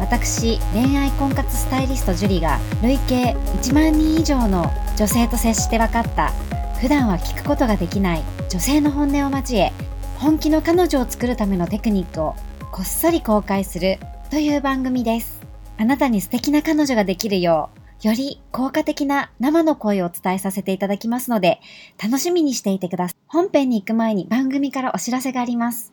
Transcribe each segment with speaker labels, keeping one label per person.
Speaker 1: 私恋愛婚活スタイリストジュリが累計1万人以上の女性と接して分かった普段は聞くことができない女性の本音を交え本気の彼女を作るためのテクニックをこっそり公開するという番組ですあなたに素敵な彼女ができるようより効果的な生の声をお伝えさせていただきますので楽しみにしていてください本編に行く前に番組からお知らせがあります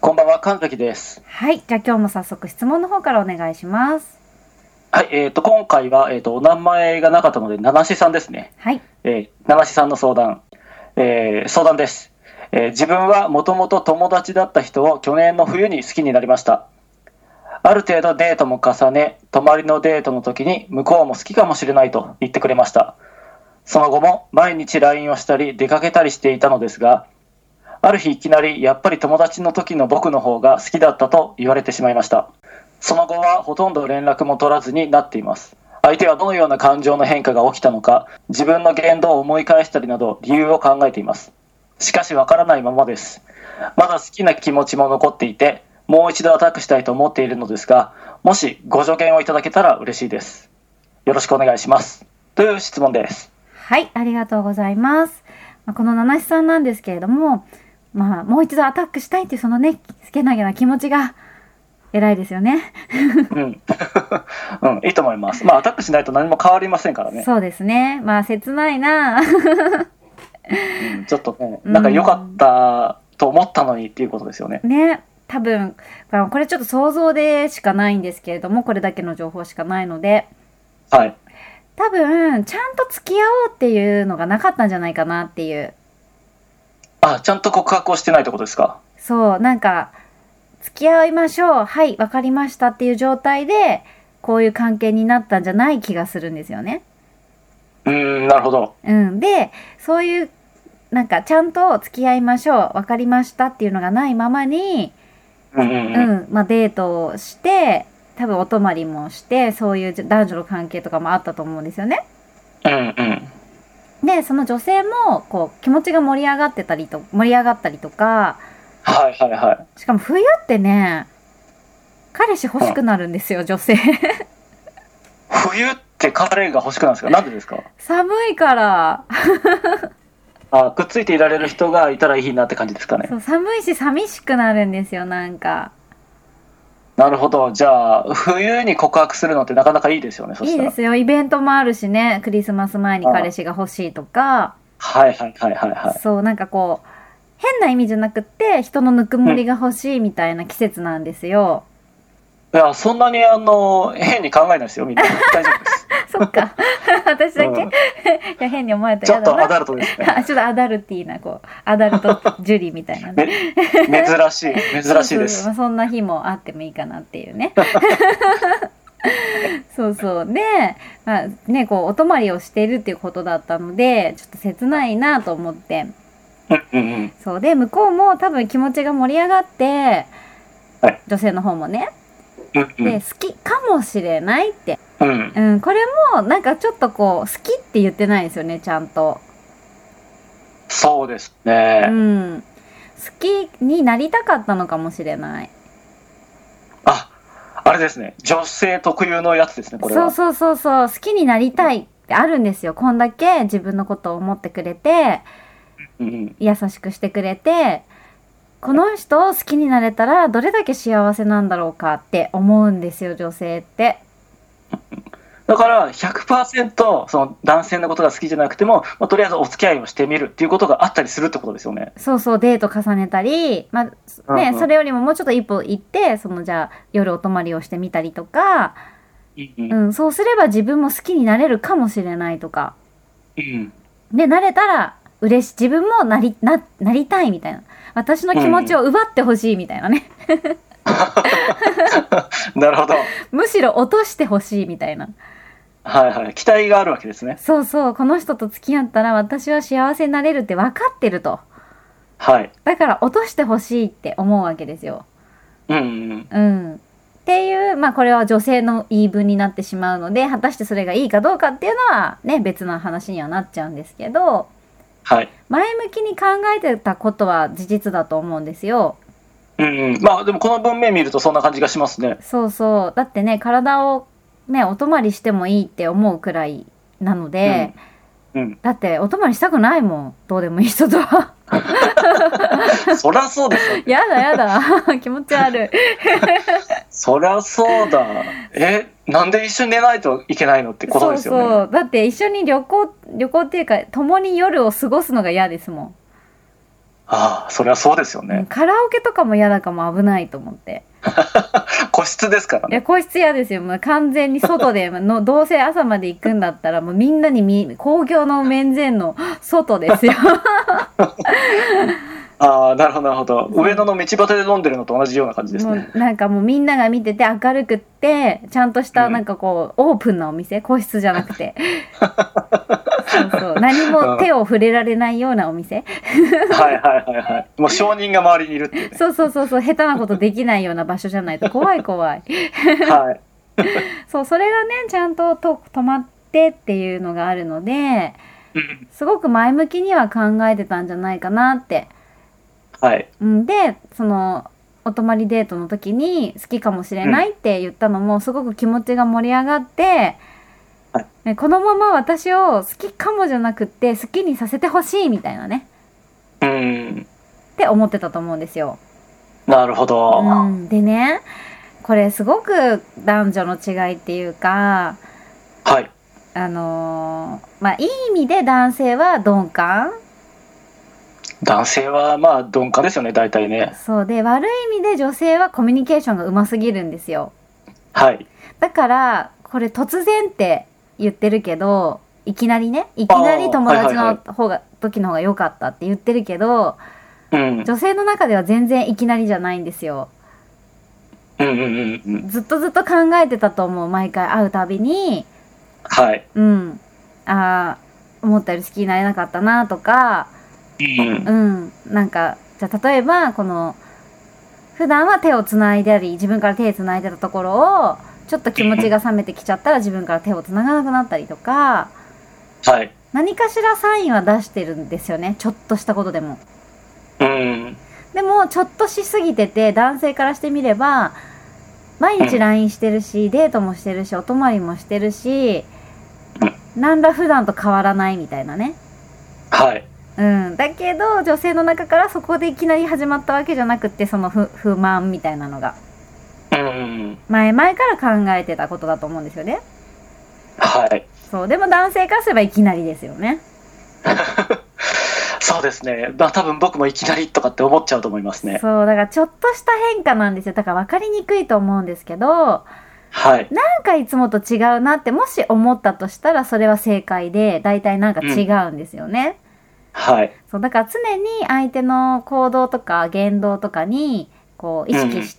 Speaker 2: こんばんは、神崎です。
Speaker 1: はい、じゃあ今日も早速質問の方からお願いします。
Speaker 2: はい、えっ、と、今回は、えっ、と、お名前がなかったので、七志さんですね。
Speaker 1: はい。
Speaker 2: えー、七志さんの相談。えー相談です。えー自分はもともと友達だった人を去年の冬に好きになりました。ある程度デートも重ね、泊まりのデートの時に向こうも好きかもしれないと言ってくれました。その後も毎日 LINE をしたり出かけたりしていたのですが、ある日いきなりやっぱり友達の時の僕の方が好きだったと言われてしまいました。その後はほとんど連絡も取らずになっています。相手はどのような感情の変化が起きたのか、自分の言動を思い返したりなど理由を考えています。しかしわからないままです。まだ好きな気持ちも残っていて、もう一度アタックしたいと思っているのですが、もしご助言をいただけたら嬉しいです。よろしくお願いします。という質問です。
Speaker 1: はい、ありがとうございます。まあ、この七七さんなんですけれども、まあ、もう一度アタックしたいっていうそのね、つけなげな気持ちが偉いですよね。
Speaker 2: うん。 うん、いいと思います。まあ、アタックしないと何も変わりませんからね。
Speaker 1: そうですね。まあ、切ないな
Speaker 2: うんちょっとね、なんか良かったと思ったのにっていうことですよね。
Speaker 1: ね。多分、まあこれちょっと想像でしかないんですけれども、これだけの情報しかないので、
Speaker 2: はい。
Speaker 1: 多分、ちゃんと付き合おうっていうのがなかったんじゃないかなっていう。
Speaker 2: あ、ちゃんと告白をしてないってことですか。
Speaker 1: そう、なんか、付き合いましょう、はい、わかりましたっていう状態で、こういう関係になったんじゃない気がするんですよね。
Speaker 2: うーん、なるほど。
Speaker 1: うん。で、そういう、なんか、ちゃんと付き合いましょう、わかりましたっていうのがないままに、
Speaker 2: うんうん
Speaker 1: う
Speaker 2: うん。
Speaker 1: ん、まあ、デートをして、多分お泊まりもして、そういう男女の関係とかもあったと思うんですよね。
Speaker 2: うんうん。
Speaker 1: で、その女性も、こう、気持ちが盛り上がってたりと、盛り上がったりとか、
Speaker 2: はいはいはい。
Speaker 1: しかも冬ってね、彼氏欲しくなるんですよ、女性。
Speaker 2: 冬って彼が欲しくなるんですかなんでですか
Speaker 1: 寒いから、
Speaker 2: あ、くっついていられる人がいたらいいなって感じですかね。
Speaker 1: そう寒いし寂しくなるんですよ、なんか。
Speaker 2: なるほど。じゃあ、冬に告白するのってなかなかいいですよね。そ
Speaker 1: い
Speaker 2: し
Speaker 1: い
Speaker 2: たら。
Speaker 1: ですよ、イベントもあるしね、クリスマス前に彼氏が欲しいとか、
Speaker 2: はいはいはいはいはい。
Speaker 1: そう、なんかこう、変な意味じゃなくって、人のぬくもりが欲しいみたいな季節なんです よ。
Speaker 2: いや、そんなにあの、変に考えないです よ、みんな。大丈夫です。
Speaker 1: そっか。 私だけ、
Speaker 2: うん
Speaker 1: いや、変に思われた
Speaker 2: ち
Speaker 1: らや
Speaker 2: ょっとア
Speaker 1: だな。
Speaker 2: ダルトですね。
Speaker 1: あちょっとアダルティーな、こう、アダルトジュリーみたいなね。
Speaker 2: め珍しい、 珍しい
Speaker 1: そうそ
Speaker 2: で
Speaker 1: う
Speaker 2: す
Speaker 1: ま。あそんな日もあってもいいかなって いうね。そうそう。で、まあね、こう、お泊まりをしているっていうことだったので、ちょっと切ないなと思って。
Speaker 2: うんうんうん。
Speaker 1: そう。で、向こうも多分気持ちが盛り上がって、
Speaker 2: はい
Speaker 1: 女性の方もね。
Speaker 2: うんう
Speaker 1: で、
Speaker 2: ん
Speaker 1: 好きかもしれないって。
Speaker 2: うん。
Speaker 1: うん、これもなんかちょっとこう、好きって言ってないですよね、ちゃんと。
Speaker 2: そうです
Speaker 1: う
Speaker 2: ね。
Speaker 1: ん。好きになりたかったのかもしれない。
Speaker 2: あ、あれですね。女性特有のやつですね、これ
Speaker 1: そう
Speaker 2: は。
Speaker 1: そうそうそう好きになりたいってあるんですよこんだけ自分のことを思ってくれて
Speaker 2: うんうん
Speaker 1: 優しくしてくれてこの人を好きになれたらどれだけ幸せなんだろうかって思うんですよ女性って
Speaker 2: だから100%その男性のことが好きじゃなくても、まあ、とりあえずお付き合いをしてみるっていうことがあったりするってことですよね。
Speaker 1: そうそう、デート重ねたり、まあ、
Speaker 2: うん
Speaker 1: ね
Speaker 2: う、ん
Speaker 1: それよりももうちょっと一歩行って、そのじゃあ、夜お泊まりをしてみたりとか、
Speaker 2: うん
Speaker 1: うん、そうすれば自分も好きになれるかもしれないとか、
Speaker 2: うん
Speaker 1: ね、なれたら嬉しい、自分もなり、な、なりたいみたいな。私の気持ちを奪ってほしいみたいなね。
Speaker 2: なるほど。
Speaker 1: むしろ落としてほしいみたいな。
Speaker 2: はいはい。期待があるわけですね。
Speaker 1: そうそう、この人と付き合ったら私は幸せになれるって分かってると。
Speaker 2: はい。
Speaker 1: だから落としてほしいって思うわけですよ。
Speaker 2: うんうん。
Speaker 1: うん。っていう、まあこれは女性の言い分になってしまうので、果たしてそれがいいかどうかっていうのはね、別の話にはなっちゃうんですけど、
Speaker 2: はい。
Speaker 1: 前向きに考えてたことは事実だと思うんですよ。
Speaker 2: うんうん。まあでもこの文面見るとそんな感じがしますね。
Speaker 1: そうそう。だってね、体をね、お泊まりしてもいいって思うくらいなので、
Speaker 2: うん。
Speaker 1: だってお泊まりしたくないもん。どうでもいい人と は。
Speaker 2: そりゃそうですよ。
Speaker 1: やだやだ。 気持ち悪い。
Speaker 2: そりゃそうだ。え、なんで一緒に寝ないといけないのってことですよね。
Speaker 1: そうそう。だって一緒に旅行、旅行っていうか、共に夜を過ごすのが嫌ですもん。
Speaker 2: ああ、そりゃそうですよ
Speaker 1: うん
Speaker 2: ね。
Speaker 1: カラオケとかも嫌だかも危ないと思って。
Speaker 2: 個室ですから
Speaker 1: いや、
Speaker 2: ね。
Speaker 1: 個室嫌ですよ。もう完全に外で、まあのどうせ朝まで行くんだったら、もうみんなに見、公共の面前の外ですよ。
Speaker 2: ああ、なるほどなるほど。上野の道端で飲んでるのと同じような感じです
Speaker 1: も
Speaker 2: ね。
Speaker 1: うなんかもうみんなが見てて明るくって、ちゃんとしたなんかこう、オープンなお店、個室じゃなくて。そうそう。何も手を触れられないようなお店。
Speaker 2: はいはいはいはい。もう証人が周りにいるっ ていうね。
Speaker 1: そうそうそうそう。下手なことできないような場所じゃないと怖い怖い。
Speaker 2: はい。
Speaker 1: そう、それがね、ちゃんとと止まってっていうのがあるので、
Speaker 2: うん
Speaker 1: すごく前向きには考えてたんじゃないかなって。
Speaker 2: はい。
Speaker 1: うん、で、その、お泊まりデートの時に好きかもしれないって言ったのも、すごく気持ちが盛り上がって、
Speaker 2: はい
Speaker 1: ねこのまま私を好きかもじゃなくって、好きにさせてほしいみたいなね、
Speaker 2: うん。
Speaker 1: って思ってたと思うんですよ。
Speaker 2: なるほど。
Speaker 1: うん、でね、これすごく男女の違いっていうか、
Speaker 2: はい。
Speaker 1: あのーまあ、いい意味で男性は鈍感
Speaker 2: 男性はまあ鈍化ですよね、大体ね。
Speaker 1: そうで悪い意味で女性はコミュニケーションがうますぎるんですよ
Speaker 2: はい。
Speaker 1: だからこれ突然って言ってるけどいきなりねいきなり友達
Speaker 2: あーはい
Speaker 1: の
Speaker 2: は
Speaker 1: 方が時の方が良かったって言ってるけど
Speaker 2: うん。
Speaker 1: 女性の中では全然いきなりじゃないんですよ
Speaker 2: うんうんうんうん。
Speaker 1: ずっとずっと考えてたと思う毎回会うたびに
Speaker 2: はい。
Speaker 1: うんああ思ったより好きになれなかったなとか
Speaker 2: うん。
Speaker 1: うん、なんかじゃあ例えばこの普段は手をつないだり自分から手をつないでたところをちょっと気持ちが冷めてきちゃったら自分から手をつながなくなったりとか
Speaker 2: はい。
Speaker 1: 何かしらサインは出してるんですよねちょっとしたことでも。
Speaker 2: うん。
Speaker 1: でもちょっとしすぎてて男性からしてみれば毎
Speaker 2: う
Speaker 1: 日
Speaker 2: ん
Speaker 1: LINE してるしデートもしてるしお泊まりもしてるし
Speaker 2: うん
Speaker 1: 何ら普段と変わらないみたいなね。
Speaker 2: はい。
Speaker 1: うん、だけど女性の中からそこでいきなり始まったわけじゃなくってその不不満みたいなのが
Speaker 2: うん。
Speaker 1: 前々から考えてたことだと思うんですよね
Speaker 2: はい。
Speaker 1: そうでも男性からすればいきなりですよね
Speaker 2: そうですね。まあ多分僕もいきなりとかって思っちゃうと思いますね。
Speaker 1: そうだからちょっとした変化なんですよだから分かりにくいと思うんですけどな
Speaker 2: はい。
Speaker 1: んかいつもと違うなってもし思ったとしたらそれは正解で大体なんか違うんですよね、
Speaker 2: はい。
Speaker 1: そうだから常に相手の行動とか言動とかにこう意識し、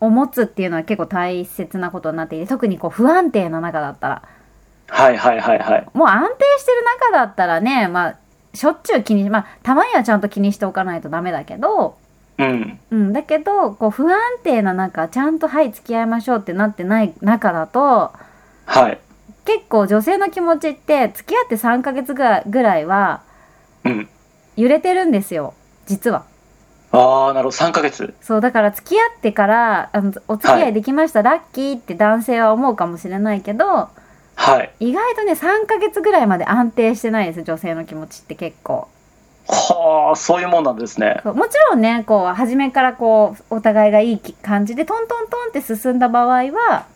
Speaker 1: を持つっていうのは結構大切なことになっていて特にこう不安定な中だったら
Speaker 2: はいはいはいはい。
Speaker 1: もう安定してる中だったらねまあしょっちゅう気にまあたまにはちゃんと気にしておかないとダメだけど、
Speaker 2: うん。
Speaker 1: うん、だけどこう不安定な中ちゃんとはい付き合いましょうってなってない中だと
Speaker 2: はい。
Speaker 1: 結構女性の気持ちって付き合って3ヶ月ぐらいぐらいは
Speaker 2: うん。
Speaker 1: 揺れてるんですよ実は。
Speaker 2: ああ、なるほど。3ヶ月。
Speaker 1: そうだから付き合ってからあのお付き合いできました、ラッキーって男性は思うかもしれないけど
Speaker 2: はい。
Speaker 1: 意外とね3ヶ月ぐらいまで安定してないです女性の気持ちって結構
Speaker 2: はあ、そういうもんなんですね。
Speaker 1: そうもちろんねこう初めからこうお互いがいいき感じでトントントンって進んだ場合は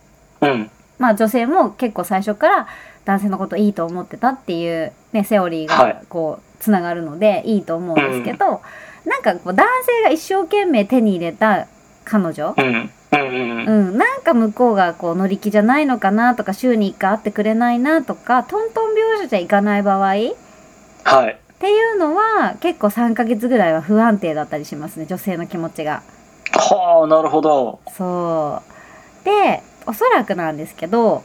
Speaker 2: うん。
Speaker 1: まあ女性も結構最初から男性のこといいと思ってたっていうね、セオリー
Speaker 2: は
Speaker 1: が
Speaker 2: い
Speaker 1: こう、つながるのでいいと思うんですけど、なんかこう男性が一生懸命手に入れた彼女、
Speaker 2: うんうんうん
Speaker 1: うん、なんか向こうがこう乗り気じゃないのかなとか週に1回会ってくれないなとかトントン拍子じゃいかない場合っ
Speaker 2: はい
Speaker 1: ていうのは結構3ヶ月ぐらいは不安定だったりしますね女性の気持ちが。
Speaker 2: はあなるほど
Speaker 1: そうでおそらくなんですけど、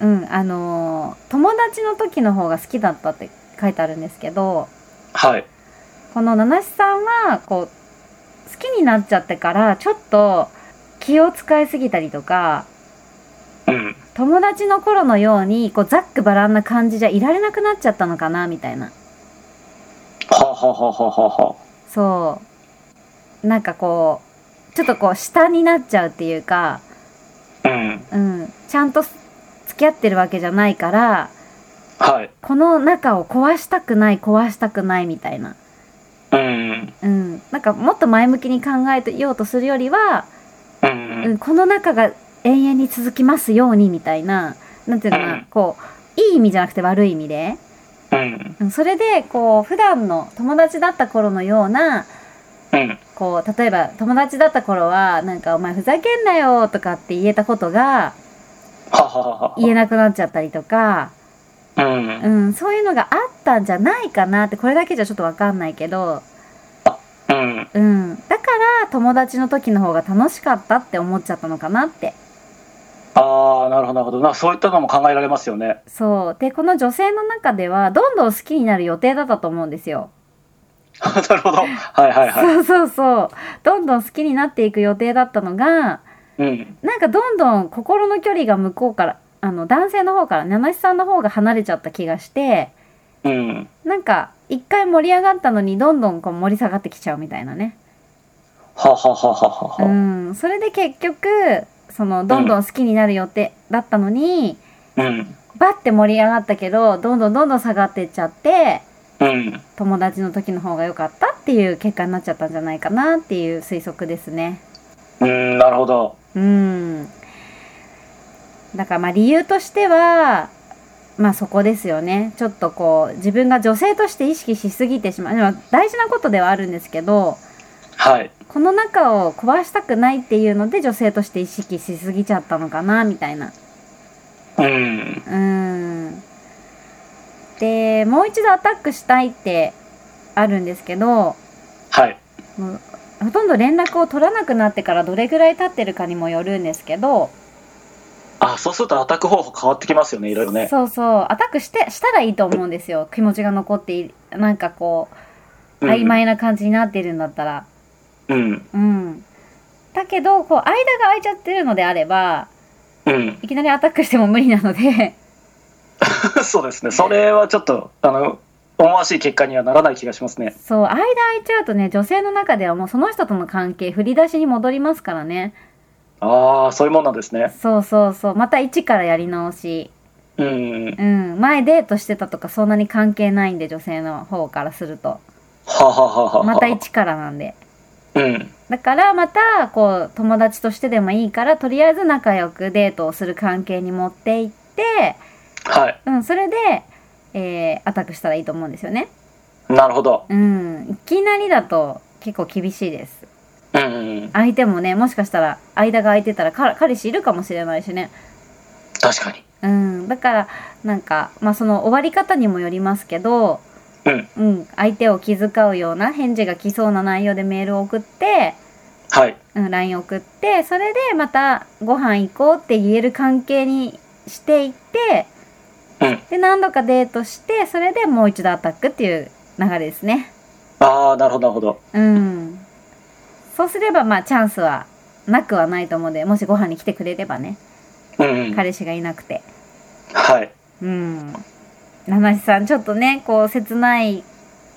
Speaker 2: うん
Speaker 1: うんあのー友達の時の方が好きだったって書いてあるんですけど
Speaker 2: はい
Speaker 1: この七七さんはこう好きになっちゃってからちょっと気を使いすぎたりとか
Speaker 2: うん
Speaker 1: 友達の頃のようにこうざっくばらんな感じじゃいられなくなっちゃったのかなみたいな
Speaker 2: はあはあはあはあは
Speaker 1: そうなんかこうちょっとこう下になっちゃうっていうか、
Speaker 2: あうん
Speaker 1: うん、ちゃんと付き合ってるわけじゃないから
Speaker 2: はい
Speaker 1: この中を壊したくない壊したくないみたいな、
Speaker 2: うん
Speaker 1: うん、なんかもっと前向きに考えてようとするよりは、
Speaker 2: う
Speaker 1: うんん、この中が永遠に続きますようにみたいななんていうのか
Speaker 2: うん
Speaker 1: なこういい意味じゃなくて悪い意味で。
Speaker 2: うん
Speaker 1: うんそれでこう普段の友達だった頃のような
Speaker 2: うん
Speaker 1: こう例えば友達だった頃はなんか「お前ふざけんなよ」とかって言えたことが
Speaker 2: はあはあはあ
Speaker 1: 言えなくなっちゃったりとか、
Speaker 2: うん
Speaker 1: うん、そういうのがあったんじゃないかなってこれだけじゃちょっとわかんないけど、
Speaker 2: うん
Speaker 1: うん、だから友達の時の方が楽しかったって思っちゃったのかなって
Speaker 2: ああなるほどなるほどなんかそういったのも考えられますよね
Speaker 1: そうでこの女性の中ではどんどん好きになる予定だったと思うんですよ。
Speaker 2: なるほどはいはいはい
Speaker 1: そうそうそうどんどん好きになっていく予定だったのが
Speaker 2: うん
Speaker 1: なんかどんどん心の距離が向こうからあの男性の方から七七さんの方が離れちゃった気がして
Speaker 2: うん
Speaker 1: なんか一回盛り上がったのにどんどんこう盛り下がってきちゃうみたいなね
Speaker 2: はあはあはあはあは
Speaker 1: う
Speaker 2: あ
Speaker 1: んそれで結局そのどんどん好きになる予定だったのに、
Speaker 2: うん
Speaker 1: バッて盛り上がったけどどんどんどんどん下がってっちゃって
Speaker 2: うん
Speaker 1: 友達の時の方が良かったっていう結果になっちゃったんじゃないかなっていう推測ですね
Speaker 2: うんなるほど
Speaker 1: うんだからまあ理由としてはまあそこですよねちょっとこう自分が女性として意識しすぎてしまうでも大事なことではあるんですけど
Speaker 2: はい
Speaker 1: この中を壊したくないっていうので女性として意識しすぎちゃったのかなみたいな
Speaker 2: うん
Speaker 1: うんでもう一度アタックしたいってあるんですけど
Speaker 2: はい
Speaker 1: もうほとんど連絡を取らなくなってからどれぐらい経ってるかにもよるんですけど
Speaker 2: あそうするとアタック方法変わってきますよねいろいろね
Speaker 1: そうそうアタックしてしたらいいと思うんですよ気持ちが残っていなんかこう
Speaker 2: うん
Speaker 1: 曖昧な感じになってるんだったら
Speaker 2: うん
Speaker 1: うん、だけどこう間が空いちゃってるのであれば
Speaker 2: うん
Speaker 1: いきなりアタックしても無理なので
Speaker 2: そうですねそれはちょっとあの思わしい結果にはならない気がしますね
Speaker 1: そう間空いちゃうとね女性の中ではもうその人との関係振り出しに戻りますからね
Speaker 2: ああそういうもんなんですね
Speaker 1: そうそうそうまた一からやり直し
Speaker 2: うん
Speaker 1: うん前デートしてたとかそんなに関係ないんで女性の方からすると
Speaker 2: はあはあはあはあ
Speaker 1: また一からなんで
Speaker 2: うん
Speaker 1: だからまたこう友達としてでもいいからとりあえず仲良くデートをする関係に持っていって、
Speaker 2: はい
Speaker 1: うん、それで、えーアタックしたらいいと思うんですよね。
Speaker 2: なるほど
Speaker 1: うん、いきなりだと結構厳しいです。
Speaker 2: うんうん
Speaker 1: 相手もねもしかしたら間が空いてたらか彼氏いるかもしれないしね。
Speaker 2: 確かに
Speaker 1: うん、だからなんか、まあ、その終わり方にもよりますけど、
Speaker 2: うん
Speaker 1: うん、相手を気遣うような返事が来そうな内容でメールを送って
Speaker 2: はい
Speaker 1: うん LINE 送ってそれでまたご飯行こうって言える関係にしていって
Speaker 2: うん
Speaker 1: で何度かデートしてそれでもう一度アタックっていう流れですね
Speaker 2: ああなるほどなるほど
Speaker 1: うんそうすればまあチャンスはなくはないと思うのでもしご飯に来てくれればね
Speaker 2: うんうん
Speaker 1: 彼氏がいなくて
Speaker 2: はい
Speaker 1: うん七七さんちょっとねこう切ない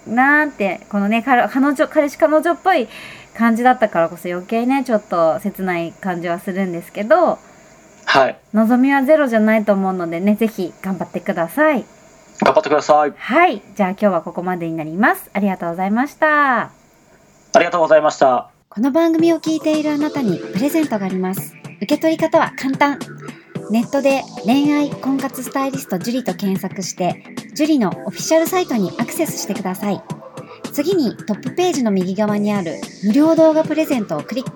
Speaker 1: なーってこのね彼彼女彼氏彼女っぽい感じだったからこそ余計ねちょっと切ない感じはするんですけど
Speaker 2: はい
Speaker 1: 望みはゼロじゃないと思うのでね、ぜひ頑張ってください。
Speaker 2: 頑張ってください
Speaker 1: はい。じゃあ今日はここまでになります。ありがとうございました。
Speaker 2: ありがとうございました
Speaker 3: この番組を聞いているあなたにプレゼントがあります。受け取り方は簡単。
Speaker 1: ネットで恋愛婚活スタイリスト樹と検索して、樹のオフィシャルサイトにアクセスしてください。次にトップページの右側にある無料動画プレゼントをクリック。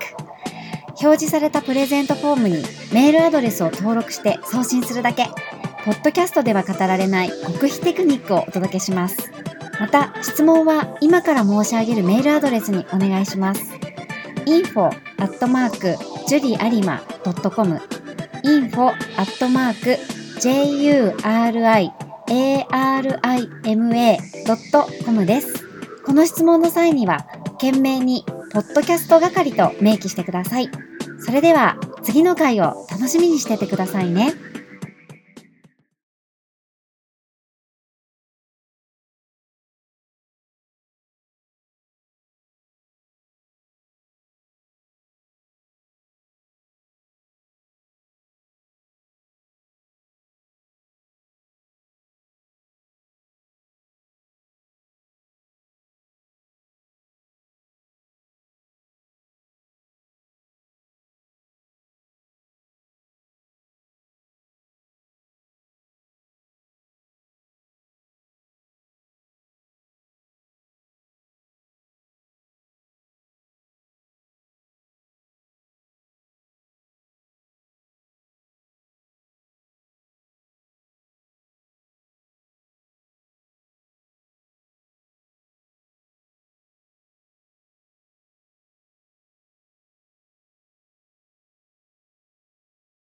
Speaker 1: 表示されたプレゼントフォームにメールアドレスを登録して送信するだけ。ポッドキャストでは語られない極秘テクニックをお届けします。また、質問は今から申し上げるメールアドレスにお願いします。info アットマーク juriarima.com info アットマーク juriarima.com です。この質問の際には、懸命にポッドキャスト係と明記してください。それでは、次の回を楽しみにしててくださいね。